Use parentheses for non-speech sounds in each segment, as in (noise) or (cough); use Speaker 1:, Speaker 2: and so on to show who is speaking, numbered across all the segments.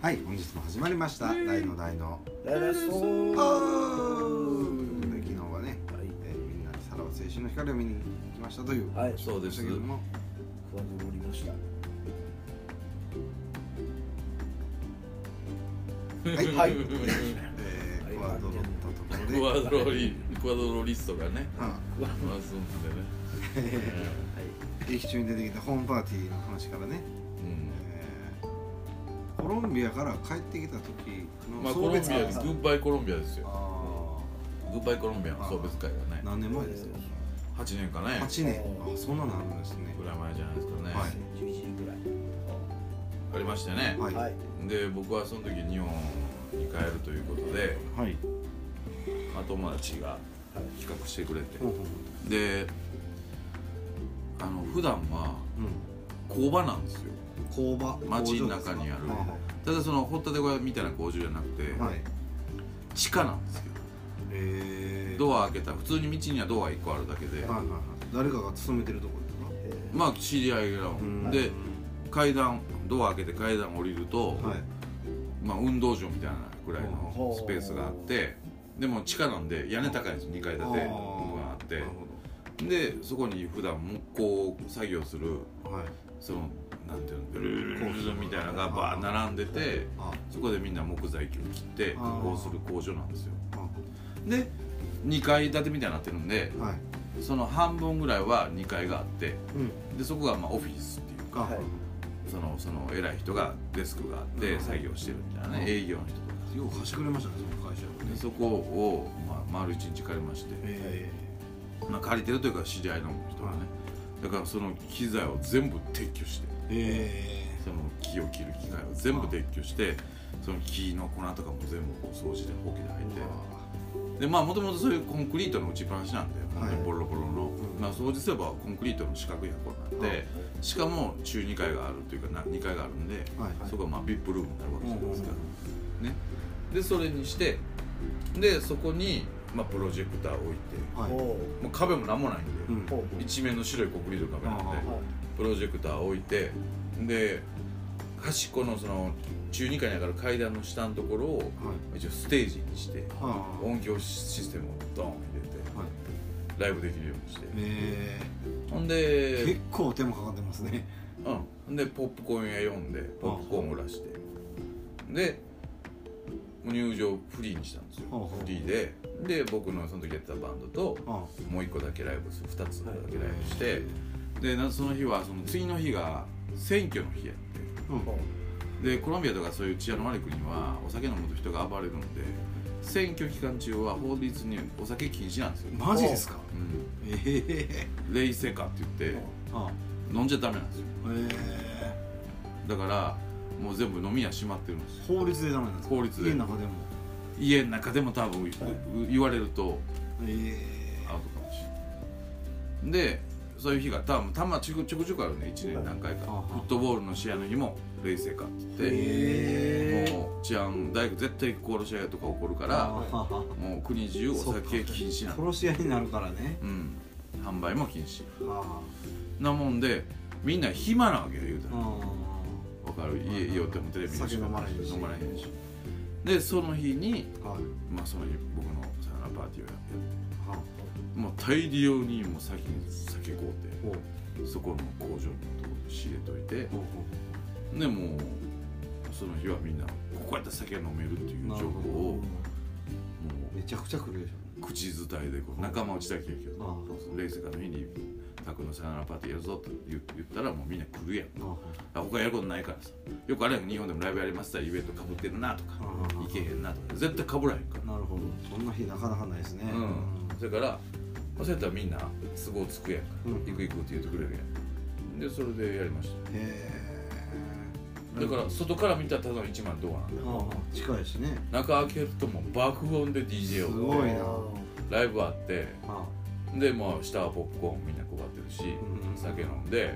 Speaker 1: はい本日も始まりました「大の大の
Speaker 2: ララソー」
Speaker 1: で昨日はね、えーみんなでさらば青春の光を見に行きましたという
Speaker 2: はい、はい、ク
Speaker 3: そう
Speaker 1: で
Speaker 3: で
Speaker 1: し
Speaker 3: す
Speaker 1: たけども
Speaker 2: ワド乗りました
Speaker 1: はい、
Speaker 2: はい
Speaker 1: えー、クワドロったところで
Speaker 3: クワドロリクワドロリストがね
Speaker 1: は
Speaker 3: まあそうですね、
Speaker 1: い劇中に出てきたホームパーティーの話からね、え
Speaker 3: うん
Speaker 1: ーコロンビアから帰ってきた時
Speaker 3: ま
Speaker 1: の
Speaker 3: あコロ
Speaker 1: 送
Speaker 3: ンビア
Speaker 1: 別
Speaker 3: グ
Speaker 1: 会ですね
Speaker 3: ッバイコロンビアですよ
Speaker 1: あ
Speaker 3: グッバイコロンビアの送別会がね
Speaker 1: ー何年前ですか
Speaker 3: 8年かね
Speaker 1: 8年あそんなのあるんですね
Speaker 3: ぐらい前じゃないですかね、
Speaker 1: はい
Speaker 2: 11時ぐらい
Speaker 3: ありましてね、
Speaker 1: はい
Speaker 2: はい
Speaker 3: で僕はその時日本に帰るということで、
Speaker 1: はい
Speaker 3: まあ、友達が企画してくれて
Speaker 1: ほうほう
Speaker 3: であの普段は工場なんですよ
Speaker 1: ほう工場
Speaker 3: 街の中にあるただその掘ったて小屋みたいな工場じゃなくて、
Speaker 1: はい
Speaker 3: 地下なんですよ
Speaker 1: えー
Speaker 3: ドア開けたら普通に道にはドア1個あるだけで、
Speaker 1: はいはいはい誰かが勤めてるとこですか
Speaker 2: えー
Speaker 3: まあ知り合いが
Speaker 1: うん
Speaker 3: で階段ドア開けて階段降りると、
Speaker 1: はい
Speaker 3: まあ、運動場みたいなぐらいのスペースがあってでも地下なんで屋根高いんです2階建て
Speaker 1: あ
Speaker 3: の
Speaker 1: ー
Speaker 3: があ
Speaker 1: な
Speaker 3: って
Speaker 1: る
Speaker 3: でそこに普段木工作業する
Speaker 1: ほどはい
Speaker 3: そのなんていうのブルルルルルルみたいなのがバーッ並んでて
Speaker 1: あ
Speaker 3: そこでみんな木材を切って加工する工場なんですよ
Speaker 1: あ
Speaker 3: で2階建てみたいになってるんで
Speaker 1: はい
Speaker 3: その半分ぐらいは2階があって
Speaker 1: うん
Speaker 3: でそこがまあオフィスっていうか
Speaker 1: は
Speaker 2: はい
Speaker 3: そのその偉い人がデスクがあっ
Speaker 1: う
Speaker 3: て
Speaker 1: ん
Speaker 3: 作業してるみたいな
Speaker 1: う
Speaker 3: ね
Speaker 1: ん
Speaker 3: 営業の人とか
Speaker 1: いよう貸してくれましたねその会社
Speaker 3: でそこを、まあ、丸一日借りまして、
Speaker 1: え
Speaker 3: まあ、借りてるというか知り合いの人がね、だからその機材を全部撤去して
Speaker 1: ええ
Speaker 3: その木を切る機械を全部撤去してその木の粉とかも全部こう掃除でほうきで
Speaker 1: え
Speaker 3: 入ってでまあもともとそういうコンクリートの打ちっぱなしなんで本当にボロボロの、
Speaker 1: うん
Speaker 3: まあ、掃除すればコンクリートの四角い箱になって、しかも中2階があるというかな2階があるんで、
Speaker 1: はい
Speaker 3: そこがまあ VIP ルームになるわけじゃないですか、ね、でそれにしてでそこに、まあ、プロジェクターを置いて
Speaker 1: はい
Speaker 2: おう
Speaker 3: もう壁も何もないんで、
Speaker 1: うん
Speaker 2: おう
Speaker 3: 一面の白いコンクリートの壁なんで
Speaker 2: は
Speaker 3: プロジェクターを置いてで端っこのその12階に上がる階段の下のところを
Speaker 1: はい
Speaker 3: 一応ステージにして
Speaker 1: ああ
Speaker 3: 音響システムをドン入れて
Speaker 1: はい
Speaker 3: ライブできるようにして
Speaker 1: え
Speaker 3: ほん
Speaker 1: え
Speaker 3: で
Speaker 1: 結構手もかかってますね
Speaker 3: うんほんでポップコーン屋読んでポップコーンを売らしてで入場フリーにしたんですよ
Speaker 1: ほうほう
Speaker 3: フリーでで僕のその時やってたバンドと
Speaker 1: あ
Speaker 3: もう1個だけライブする2つだけライブしてでなその日はその次の日が選挙の日やっ
Speaker 1: うん
Speaker 2: おう
Speaker 3: てでコロンビアとかそういう治安の悪い国はお酒飲むと人が暴れるので選挙期間中は法律にお酒禁止なんですよ、
Speaker 1: マジですか
Speaker 3: うん
Speaker 1: ええ
Speaker 3: レイセカって言って
Speaker 1: あ
Speaker 3: 飲んじゃダメなんですよ
Speaker 1: ええ
Speaker 3: だからもう全部飲み屋閉まってるんですよ
Speaker 1: 法律でダメなんですか
Speaker 3: 法律で
Speaker 1: 家の中でも
Speaker 3: 家の中でも多分うう言われると
Speaker 1: ええ
Speaker 3: アウトかもしれないでそういう日が多分たまちょくちょくちょくあるね1年何回か
Speaker 1: あ
Speaker 3: フ
Speaker 1: は
Speaker 3: ットボールの試合の日も冷静かって言って
Speaker 1: ええ
Speaker 3: もう治安大学絶対殺し合いとか起こるからもう国中お酒禁止なん
Speaker 1: 殺し合いになるからね
Speaker 3: うん販売も禁止
Speaker 1: あ
Speaker 3: なもんでみんな暇なわけよ言うた
Speaker 1: あ
Speaker 3: らわかる家家寄ってもテレビ見る
Speaker 1: 酒飲まれへんし
Speaker 3: 飲まれへんしでその日に
Speaker 1: はい
Speaker 3: まあその日僕のサヨナラパーティーをやって
Speaker 1: は
Speaker 3: もう大量にもう先に酒買う
Speaker 1: ほう
Speaker 3: てそこの工場のところに仕入れといて
Speaker 1: ほうほ
Speaker 3: でもうその日はみんなここやったら酒が飲めるっていう
Speaker 1: うなる
Speaker 3: 情
Speaker 1: ほ
Speaker 3: 報
Speaker 1: ど
Speaker 3: をもう
Speaker 1: めちゃくちゃ来るでしょ
Speaker 3: 口伝えでこう仲間内だけやけ
Speaker 1: あ
Speaker 3: ど冷静かの日に「タクのさよならパーティーやるぞ」って言言ったらもうみんな来るやん
Speaker 1: あ
Speaker 3: あ他やることないからさよくあれやん日本でもライブやりますってイベントかぶってるなとか
Speaker 1: あ
Speaker 3: いけへんなとか絶対かぶらへんから
Speaker 1: なるほどそんな日なかなかないですね
Speaker 3: うん、それから、まあ、そうやったらみんな都合つくやんか、
Speaker 1: うん
Speaker 3: 行く行くって言ってくれるやんでそれでやりまし
Speaker 1: へえ
Speaker 3: ただから外から見たらただの1万ドアなんだ
Speaker 1: ああ近いしね
Speaker 3: 中開けるともう爆音で DJ
Speaker 1: す
Speaker 3: を
Speaker 1: ごいな
Speaker 3: ライブあって
Speaker 1: あ
Speaker 3: でまあ下はポップコーンみんな配ってるし、
Speaker 1: うん
Speaker 3: 酒飲んで、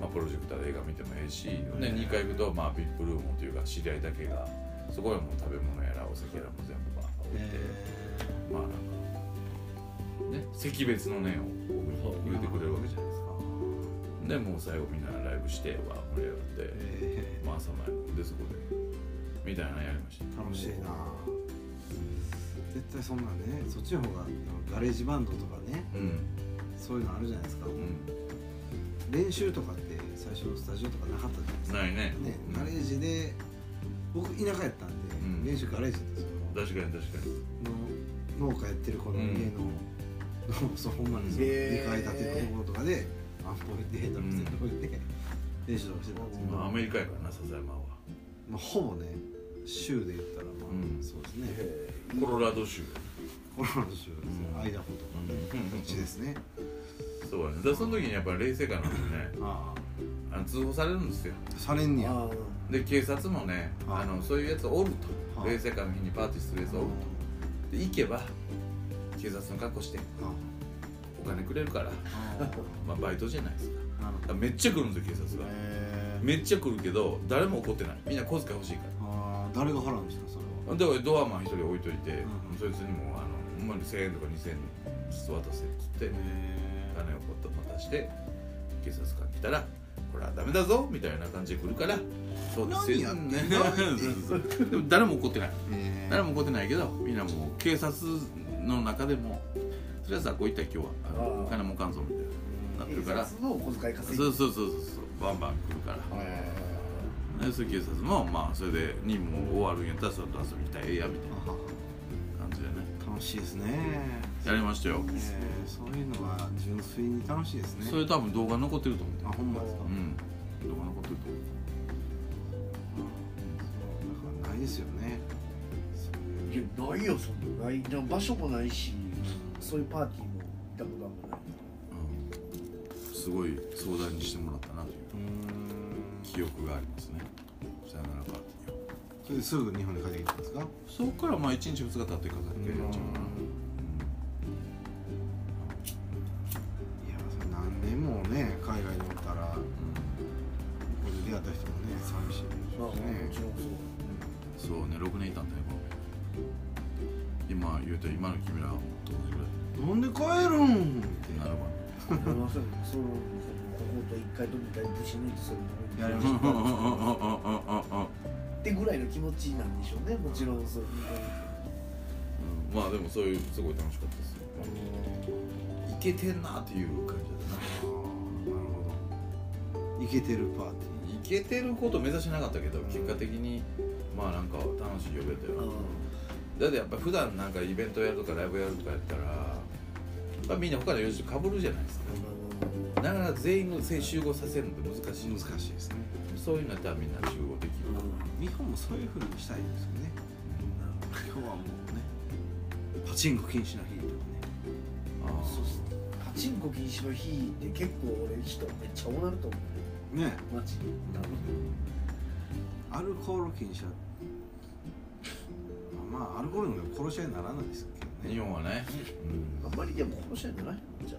Speaker 3: まあ、プロジェクターで映画見てもええし、
Speaker 1: うん
Speaker 3: で2回行くとまあ VIP ルームというか知り合いだけがそこでもう食べ物やらお酒やらも全部バーッと置いて、
Speaker 1: え
Speaker 3: まあなんかね席別の念を僕に言うてくれるわけじゃないですかでもう最後みんなライブしては盛り上がって、
Speaker 1: え
Speaker 3: まあ朝まで飲んでそこでみたいなのやりました
Speaker 1: 楽しいな絶対そんなんねそっちの方がガレージバンドとかね
Speaker 3: うん
Speaker 1: そういうのあるじゃないですか、
Speaker 3: う
Speaker 1: 練習とかって最初スタジオとかなかったじゃないです
Speaker 3: ん
Speaker 1: か
Speaker 3: ないね
Speaker 1: ね
Speaker 3: うん、
Speaker 1: ガレージで僕田舎やったんで、
Speaker 3: うん
Speaker 1: 練習ガレージですよ
Speaker 3: 確かに確かに
Speaker 1: の農家やってるこの家の、の (laughs) そうほんまにその
Speaker 2: へ
Speaker 1: 2
Speaker 2: ー
Speaker 1: 階建てのところとかでアンプ置いてドラムセット置いて、練習とかしてたんですけど、
Speaker 3: まあアメリカやからな笹山は
Speaker 1: まあ、ほぼね州で言ったらまあ、
Speaker 3: うん
Speaker 1: そうですね
Speaker 3: コロラド州
Speaker 1: コロラド州ですよ
Speaker 3: うん
Speaker 1: アイダホとかこっちですね
Speaker 3: そうやねだからその時にやっぱり冷静かなんですね
Speaker 1: あ
Speaker 3: あの通報されるんですよ
Speaker 1: あされんねや
Speaker 2: あ
Speaker 3: で警察もね
Speaker 1: はい
Speaker 3: あのそういうやつおる
Speaker 1: は
Speaker 3: と
Speaker 1: い
Speaker 3: 冷静かの日にパーティーするやつおるとで行けば警察の格好して
Speaker 1: あ
Speaker 3: お金くれるか
Speaker 1: (laughs)
Speaker 3: ら、
Speaker 1: ああ
Speaker 3: まあ、バイトじゃないですかだ
Speaker 1: あなるほ
Speaker 3: か
Speaker 1: ど
Speaker 3: らめっちゃ来るんですよ警察が
Speaker 1: へえ
Speaker 3: めっちゃ来るけど誰も怒ってないみんな小遣い欲しいか
Speaker 1: ああ誰が払うんですかそれは
Speaker 3: らでドアマン一人置いといて、
Speaker 1: うん
Speaker 3: そいつにもあのほんまに1000円とか2000円ずつ渡せっつって、
Speaker 1: へ
Speaker 3: 金をポッと渡して警察官来たら「これはダメだぞ」みたいな感じで来るからそうですよ
Speaker 1: 何
Speaker 3: ね
Speaker 1: やってん
Speaker 3: そうそう (laughs) そうでも誰も怒ってない
Speaker 1: え
Speaker 3: 誰も怒ってないけどみんなもう警察の中でもとりあえずはこういったら今日はあの
Speaker 2: あー
Speaker 3: お金もかんぞみたい
Speaker 2: あ
Speaker 3: ななってるからそ
Speaker 2: のお小遣い稼
Speaker 3: う
Speaker 2: い
Speaker 3: そ
Speaker 2: で
Speaker 3: うそうそうそうバンバン来るから
Speaker 2: え
Speaker 3: でそういう警察もまあそれで任務終わるんやったらそれと遊びに行ったらええやみたい
Speaker 1: あは
Speaker 3: な感じでね
Speaker 1: 楽しいですね
Speaker 3: やりましたよ
Speaker 1: えーそういうのは純粋に楽しいですね
Speaker 3: それ多分動画残ってると思う
Speaker 1: あほんまですか、
Speaker 3: う
Speaker 1: うん
Speaker 3: ん動画残ってると思う
Speaker 1: そうだからないですよねそう
Speaker 2: い
Speaker 1: いう
Speaker 2: やないよそんなないな場所もないしそういうパーティーも行ったことあんまない
Speaker 3: うんすごい壮大にしてもらったなという
Speaker 1: うーん
Speaker 3: 記憶がありますねさよならパーティーを
Speaker 1: それですぐ日本に帰ってきたんですか
Speaker 3: そこからまあ1日2日経ってかかってやっちゃうかな
Speaker 1: うんいやそれ何年もね海外におったらここで出会った人もね寂しいでし
Speaker 2: ま
Speaker 1: ょ
Speaker 2: あも
Speaker 1: うしね
Speaker 2: ちろんそう
Speaker 3: うんそうね6年いたんだよ今言うと今の君らは同じぐらい
Speaker 1: なんで帰るんって
Speaker 3: なるば
Speaker 2: ありませんそのここと一回とみたいにぶち抜いてそれ
Speaker 1: やりました
Speaker 3: ね
Speaker 2: ってぐらいの気持ちなんでしょうねもちろんそう
Speaker 3: (laughs) うんまあでもそういうすごい楽しかったですよいけてんなっていう感じだ
Speaker 1: あーなるほどイケてるパーテ
Speaker 3: ないけてること目指してなかったけど結果的にまあなんか楽しい呼べたよ
Speaker 2: あ
Speaker 3: なだってやっぱ普段なんかイベントやるとかライブやるとかやったら、まあ、みんな他の用事とかぶるじゃないですかだから全員の全員集合させるのって難しい
Speaker 1: ィー難しいですね
Speaker 3: そういうのやったらみんな集合できる、
Speaker 1: 日本もそういうふうにしたいですよね今日はもうねパチンコ禁止の日とかね
Speaker 3: ああ
Speaker 2: そうっすパチンコ禁止の日って結構俺人めっちゃ多なると思
Speaker 1: ね
Speaker 2: う街に多分
Speaker 1: アルコール禁止はまあアルコールの方が殺し合いにならないですけど
Speaker 3: 日
Speaker 1: ね
Speaker 3: 本はね、
Speaker 2: あんまりでも殺し合いにならへんもんじゃ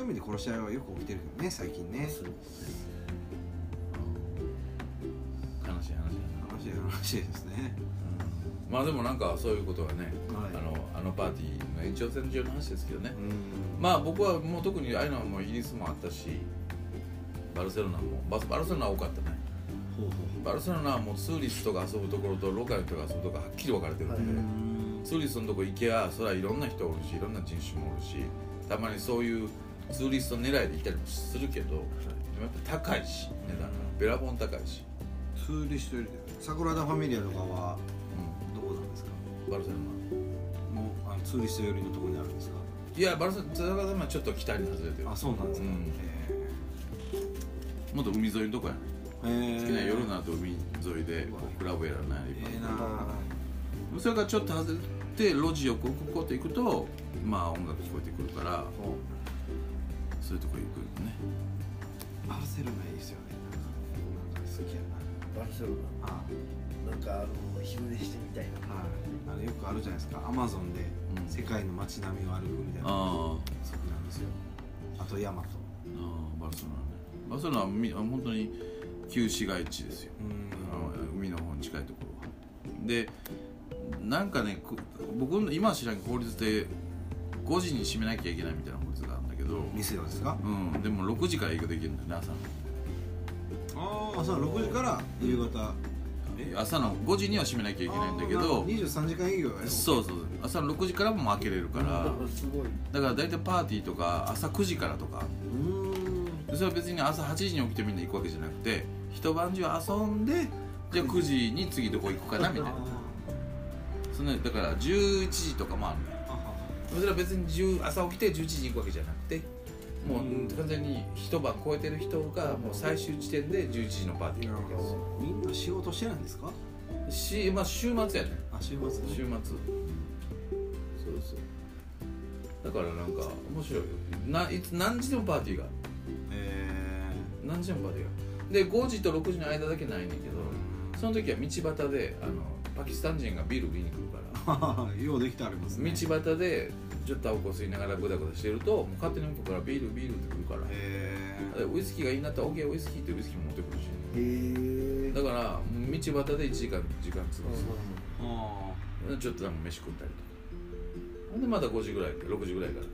Speaker 1: 違う意味で殺し合いはよく起きてるけどね最近ね
Speaker 2: そう
Speaker 3: うん悲しい話だな、
Speaker 1: 楽しい話ですね
Speaker 3: まあでもなんかそういうことはね、
Speaker 1: はい
Speaker 3: あのあのパーティーの延長線上の話ですけどね、
Speaker 1: うん
Speaker 3: まあ僕はもう特にああいうのはもうイギリスもあったしバルセロナもバスバルセロナは多かったね
Speaker 1: ほうほ
Speaker 3: バルセロナはもうツーリストが遊ぶところとローカルとか遊ぶところはっきり分かれてるん
Speaker 1: う
Speaker 3: で、
Speaker 1: ん
Speaker 3: ツーリストのとこ行けばそれはいろんな人おるしいろんな人種もおるしたまにそういうツーリスト狙いで行ったりもするけど、でもやっぱ高いし値段がべらぼん高いし、
Speaker 1: ツーリストよりだよ桜田ファミリアとかはどこなんですか
Speaker 3: バルセロナ
Speaker 1: もうあのツーリスト寄りのところにあるんですか
Speaker 3: いやバルセロナはちょっと北に外れてる
Speaker 1: あそうなんですか、
Speaker 3: うん
Speaker 1: へ
Speaker 3: もっと海沿いのとこやね
Speaker 1: え
Speaker 3: 好きな夜の後海沿いでこうクラブやらない
Speaker 1: ええなあ
Speaker 3: それからちょっと外れて路地をこうこうこうって行くとまあ音楽聞こえてくるからそういうとこ行くんね
Speaker 1: バルセロナいいですよねなんか好きや
Speaker 2: バルセロ
Speaker 1: なあ
Speaker 2: ナなんかあの昼寝してみたいな
Speaker 1: はい、あれよくあるじゃないですかアマゾンで
Speaker 3: うん
Speaker 1: 世界の街並みを歩くみたいな
Speaker 3: ああ
Speaker 1: そこなんですよあとヤマト
Speaker 3: ああバルセロナねバルセロナはみあ本当に旧市街地ですよ、
Speaker 1: うん
Speaker 3: あの海の方に近いところはでなんかねこ僕の今は知らん法律で5時に閉めなきゃいけないみたいな法律があるんだけど
Speaker 1: 店はですか
Speaker 3: うんでも6時から営業できるんだよね朝
Speaker 1: あ
Speaker 3: の
Speaker 1: あ朝の6時から夕方
Speaker 3: 営え朝の5時には閉めなきゃいけないんだけど
Speaker 1: 二十三時間営業だよ。
Speaker 3: そうそう朝の6時からも開けれるから
Speaker 2: すごい
Speaker 3: だから大体パーティーとか朝9時からとか
Speaker 1: うーん。
Speaker 3: でそれは別に朝8時に起きてみんな行くわけじゃなくて一晩中遊んでじゃあ9時に次どこ行くかなみたいなそんなだから11時とかもあるのよそれは別に10朝起きて11時に行くわけじゃなくてもう
Speaker 1: うん
Speaker 3: 完全に一晩超えてる人がもう最終地点で11時のパーティー
Speaker 1: な
Speaker 3: な
Speaker 1: る
Speaker 3: わけ
Speaker 1: ほど。みんな仕事してないんですか？
Speaker 3: ですし、まあ、週末やね
Speaker 1: あ週末
Speaker 3: 週末そうそうだからなんか面白いよないつ何時でもパーティーが
Speaker 1: え
Speaker 3: 何時でもパーティーがで5時と6時の間だけないねんけどその時は道端であのパキスタン人がビール売りに来るから
Speaker 1: ー。 (laughs) ようできてありますね。
Speaker 3: 道端でちょっとタバコ吸いながらグダグダしてるともう勝手に向こうからビールビールって来るから
Speaker 1: え
Speaker 3: でウイスキーがいいなったらオーケーウイスキーってウイスキー持ってくるし
Speaker 2: へえ
Speaker 3: だからもう道端で1時間時間潰す、
Speaker 1: ー。あ
Speaker 3: ちょっとなんか飯食ったりとかでまた5時ぐらい6時ぐらいからこ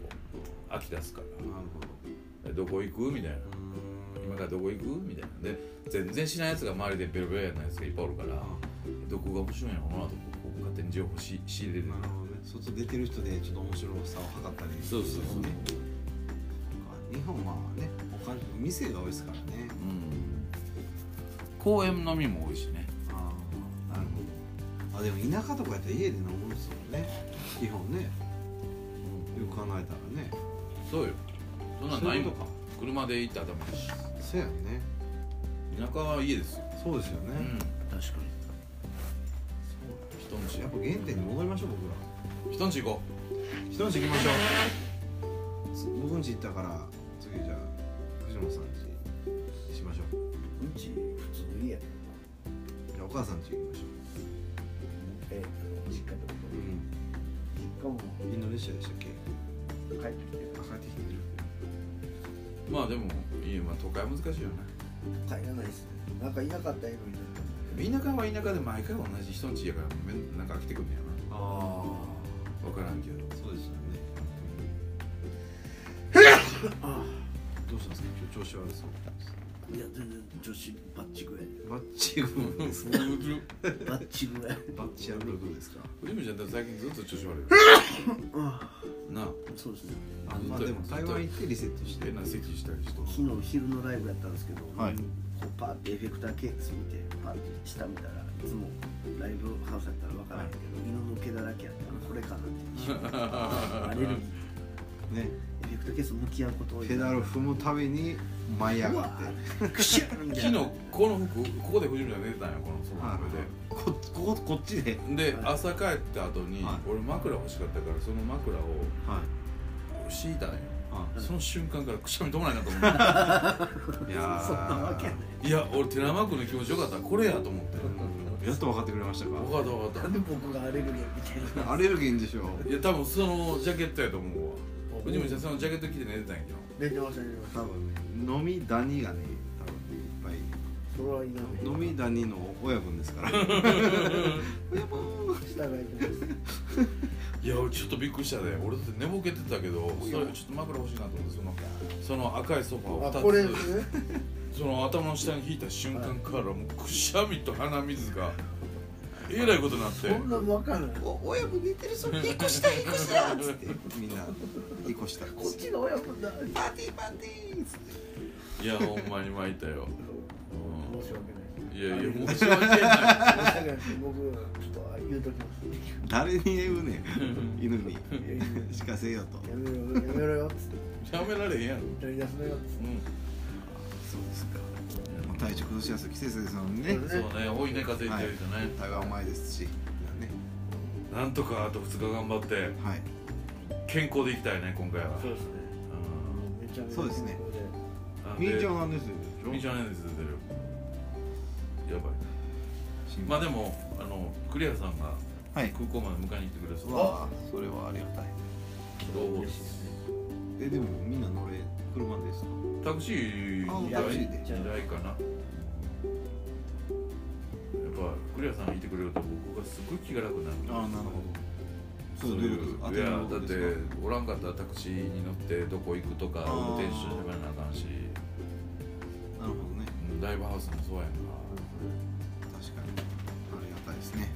Speaker 3: う飽き出すか
Speaker 1: あ。なるほど。
Speaker 3: らでどこ行くみたいな
Speaker 1: うーん
Speaker 3: 今からどこ行くみたいなで全然知らないやつが周りでベロベロやなやつがいっぱいおるからどこが面白いのかなとこう勝手に情報し仕入れる
Speaker 1: なるほどね。外出てる人でちょっと面白さを測ったり。
Speaker 3: そうそうそう
Speaker 1: ね日本はね、お金店が多いですからね。
Speaker 3: うん公園飲みも多いしね
Speaker 1: ああ、なるほど。あ、でも田舎とかやったら家で飲むんですもんね。基本ね。よく考えたらね。
Speaker 3: そうよそんなんない
Speaker 1: そ
Speaker 3: もん
Speaker 1: ういうこ
Speaker 3: 車で行ったらダメだし
Speaker 1: そうやんね。
Speaker 3: 田舎は家ですよ、
Speaker 1: そうですよね。
Speaker 3: うん
Speaker 2: 確かに
Speaker 3: 人んち
Speaker 1: やっぱ原点に戻りましょう、僕ら。
Speaker 3: 人んち行こ
Speaker 1: 一人行きましょう。つ僕んち行ったから、次じゃあ、藤本さんちしましょう。
Speaker 2: うち普通の家やけどな
Speaker 1: じゃあ、お母さんち行きましょ
Speaker 2: えあの実家ってこ
Speaker 1: う。うん。
Speaker 2: と実家も
Speaker 1: インドネシアでしたっけ
Speaker 2: 帰ってきて
Speaker 1: あ、帰ってきてる。
Speaker 3: うまあでもいい、まあ、都会は難しいよね
Speaker 2: 帰らないですねなんかいなかったらいいのにな
Speaker 3: 田舎は田舎で毎回同じ人んちやからめんなんか飽きてくんねや
Speaker 1: あ
Speaker 3: な分からんけど
Speaker 1: あ、そうですよね。どうしたんですか今日調子悪いですよ
Speaker 2: いや全然女子バッチグ
Speaker 1: バッチグーですね。
Speaker 2: や
Speaker 3: (laughs)
Speaker 2: バッチグや
Speaker 1: バッチアブルーですか
Speaker 3: 藤本ちゃんだって最近ずっと調子悪い (laughs) なあ
Speaker 2: そうですね
Speaker 1: あまあでも台湾行ってリセットして
Speaker 3: 変な咳したり (laughs) して
Speaker 2: 昨日昼のライブやったんですけど、
Speaker 1: はい
Speaker 2: こうパーってエフェクターケース見てパーって下見たらいつもライブハウスやったら分からへんけど、犬の毛だらけやったらこれかなって一瞬アレルギー
Speaker 1: ね
Speaker 2: エフェクターケース向き合うこと多い
Speaker 1: ペダル踏むたびに舞い上
Speaker 2: う
Speaker 1: が
Speaker 2: わ
Speaker 1: って
Speaker 2: ークシャンみた
Speaker 3: 昨
Speaker 2: い
Speaker 3: 日
Speaker 2: な
Speaker 3: この服ここで藤本ちゃん寝てたんやこのその服で、
Speaker 1: ここここっちで
Speaker 3: で、
Speaker 2: はい
Speaker 3: 朝帰った後に、
Speaker 1: はい
Speaker 3: 俺枕欲しかったからその枕を
Speaker 1: は
Speaker 3: 敷いたんよ
Speaker 1: い
Speaker 3: その瞬間からくしゃみ止まないなと思っ
Speaker 1: いやー
Speaker 2: そんなわけない (laughs)
Speaker 3: ていや俺寺間君の気持ちよかったこれやと思って
Speaker 1: うんやっと分かってくれました
Speaker 3: 分
Speaker 1: か
Speaker 3: かった分か
Speaker 2: な
Speaker 3: っ
Speaker 2: んで僕がアレルギーみたい (laughs) な
Speaker 1: アレルゲンでしょ
Speaker 3: たいや多分そのジャケットやと思うわ藤本ちゃんそのジャケット着て寝てたんやけど
Speaker 2: 出てました出てました
Speaker 1: 多分ね飲みダニがね多分ねいっ
Speaker 2: それはいいな
Speaker 1: ぱい飲みダニの親分ですから親分
Speaker 2: 従いてます
Speaker 3: いや俺ちょっとびっくりしたね俺だって寝ぼけてたけどそれちょっと枕欲しいなと思ってそのその赤いソファーを
Speaker 2: あ
Speaker 3: 2つ
Speaker 2: これね
Speaker 3: その頭の下に引いた瞬間からもうくしゃみと鼻水がえらいことになって
Speaker 2: そんな分かんない
Speaker 1: お親分寝てるそれ引っ越した引っ越したっつってみんな引っ越した
Speaker 2: こっちの親分だ
Speaker 1: パーティーパーティーっつって
Speaker 3: いやほんまに巻いたよ、
Speaker 2: 申し訳
Speaker 3: う、
Speaker 2: なんい
Speaker 3: いやいや
Speaker 2: 申し
Speaker 3: 申し訳ない
Speaker 2: 訳ないです僕ちょっと言うときます
Speaker 1: 誰に言うねん犬 (laughs) にしかせよと
Speaker 2: やめろよやめろよっつって
Speaker 3: やめられへんやろ、
Speaker 2: 取り出すのよっつっ
Speaker 3: う
Speaker 1: そうですかまあ体調崩しやすい季節ですもんね
Speaker 2: そうで
Speaker 3: ん、
Speaker 2: す
Speaker 3: そうね多いね風邪ひいてるとね、
Speaker 1: 台湾前ですしね
Speaker 3: なんとかあと2日頑張って
Speaker 1: はい
Speaker 3: 健康でいきたいね今回は
Speaker 2: てそうですねめちゃめちゃ
Speaker 1: そうですねみ
Speaker 3: み
Speaker 1: ー
Speaker 3: ー
Speaker 1: ち
Speaker 3: ち
Speaker 1: ゃ
Speaker 3: ゃ
Speaker 1: ん
Speaker 3: ん
Speaker 1: なんですよ
Speaker 3: みーちゃんなんです出てるやばい
Speaker 1: 心
Speaker 3: ま
Speaker 1: 配
Speaker 3: あでもあの栗原さんが
Speaker 1: はい
Speaker 3: 空港まで迎えに来てくれそう
Speaker 1: わあそれはありがたい
Speaker 3: どう
Speaker 2: 嬉しいですね
Speaker 1: えでもみんな乗れ車ですか
Speaker 3: タクシー
Speaker 1: あ
Speaker 3: 2
Speaker 1: タクシ
Speaker 3: 台
Speaker 1: ーで
Speaker 3: 二台かなやっぱ栗原さんがいてくれると僕がすごい気が楽になる
Speaker 1: ああなるほど
Speaker 3: そういう
Speaker 1: こと
Speaker 3: いや
Speaker 1: 当
Speaker 3: だって
Speaker 1: てるんです
Speaker 3: おらんかったらタクシーに乗ってどこ行くとか
Speaker 1: あー
Speaker 3: 運転手と喋らなあかんし
Speaker 1: かなるほどね
Speaker 3: うんライブハウスもそうやんか
Speaker 1: 確かにですね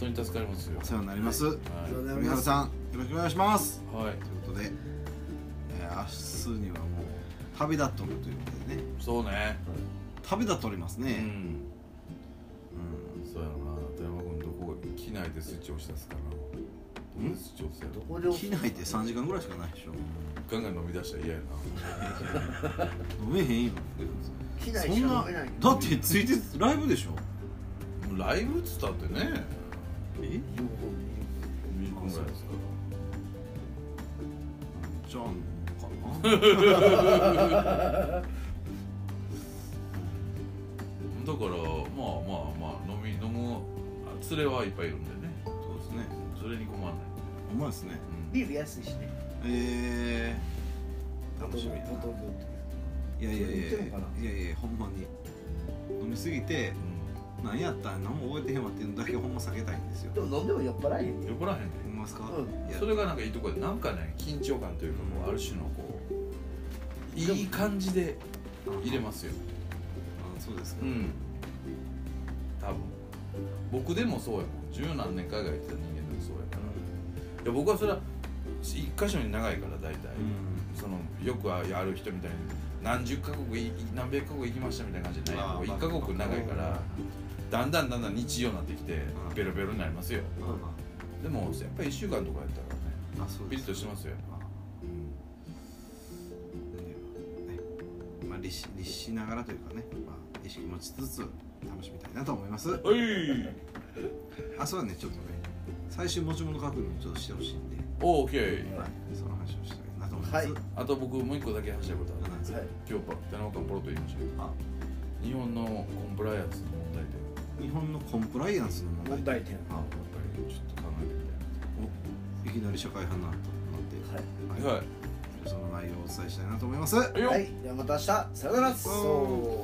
Speaker 3: 本当に助かりますよ
Speaker 1: お世話になります
Speaker 3: はい
Speaker 2: りがとうござい
Speaker 1: 森
Speaker 2: ま
Speaker 1: 原
Speaker 2: す
Speaker 1: さんよろしくお願いします
Speaker 3: はい
Speaker 1: ということで、えー、明日にはもう旅立っとるということでね
Speaker 3: そうね
Speaker 1: 旅立っとります
Speaker 3: う
Speaker 1: ね
Speaker 3: ん
Speaker 1: うん、
Speaker 3: そうやろな富山君どこ機内でスイッチ押したっすかなどこでスイッチ押したや
Speaker 2: ど
Speaker 3: ろ
Speaker 2: こで
Speaker 1: 機内って3時間ぐらいしかないでしょ (laughs)
Speaker 3: ガンガン飲み出したら嫌やな
Speaker 1: 飲めへんよ
Speaker 2: 機内
Speaker 1: そ
Speaker 2: し
Speaker 1: ん
Speaker 2: か
Speaker 1: な
Speaker 2: 飲めない
Speaker 1: だってついてライブでしょ
Speaker 3: ライブっつったってね
Speaker 1: え
Speaker 2: 両方
Speaker 3: 2分ぐらいですから
Speaker 1: じゃあかな
Speaker 3: だからまあまあまあ飲み飲むあ連れはいっぱいいるんでね
Speaker 1: そうですね
Speaker 3: それに困らない、
Speaker 1: うまいですね
Speaker 3: うん、
Speaker 2: ビール安いしね
Speaker 1: えー、
Speaker 2: ボ
Speaker 1: 楽
Speaker 2: トル
Speaker 1: しみや
Speaker 2: ボ
Speaker 1: な
Speaker 2: トルで売ってる
Speaker 1: いやいやいやい
Speaker 2: 言ってんのかな
Speaker 1: やいやいやほんまに飲みすぎて何やったん何も覚えてへんわっていうのだけほんま避けたいんですよ
Speaker 2: でも飲んでも酔っ払えへん
Speaker 3: うん
Speaker 2: ね
Speaker 3: 酔っ払わへん
Speaker 1: 思いますか、
Speaker 2: う
Speaker 1: いや
Speaker 3: でそれがなんかいいとこでなんかね緊張感というかもうある種のこういい感じで入れますよ
Speaker 1: あそうですか、
Speaker 3: うん多分僕でもそうやもん十何年海外行ってた人間でもそうやからいや僕はそれは一箇所に長いから大体、そのよくある人みたいに何十カ国い何百カ国行きましたみたいな感じじゃない
Speaker 1: あー
Speaker 3: 1カ国長いからだんだんだんだん日常になってきて
Speaker 1: ん
Speaker 3: ベロベロになりますよ
Speaker 1: まあま
Speaker 3: でもやっぱり1週間とかやったらね
Speaker 1: ああそう
Speaker 3: ピ
Speaker 1: で
Speaker 3: リッ
Speaker 1: す
Speaker 3: としてますよ
Speaker 1: あねまあ律し律しながらというかね、まあ、意識持ちつつ楽しみたいなと思います
Speaker 3: おい
Speaker 1: あそうだねちょっとね最終持ち物確認をちょっとしてほしいんで、
Speaker 3: オーケー
Speaker 2: はい
Speaker 1: その話をしたいなと思います、
Speaker 2: はい
Speaker 3: あと僕もう一個だけ話したいことある
Speaker 1: なんですか
Speaker 2: はい
Speaker 3: 今日田中君ポロッと言いましたけど
Speaker 1: あ
Speaker 3: 日本のコンプライアンスの問題で
Speaker 1: 日本のコンプライアンスの問題
Speaker 2: 問題点
Speaker 1: あ
Speaker 3: やっぱりちょっと考
Speaker 1: お
Speaker 3: えてみ
Speaker 1: いきなり社会派になったなって、
Speaker 3: たいなはい
Speaker 1: その内容をお伝えしたいなと思います
Speaker 3: よ
Speaker 2: は
Speaker 3: っ
Speaker 2: いはいではまた明日さよなら
Speaker 1: そう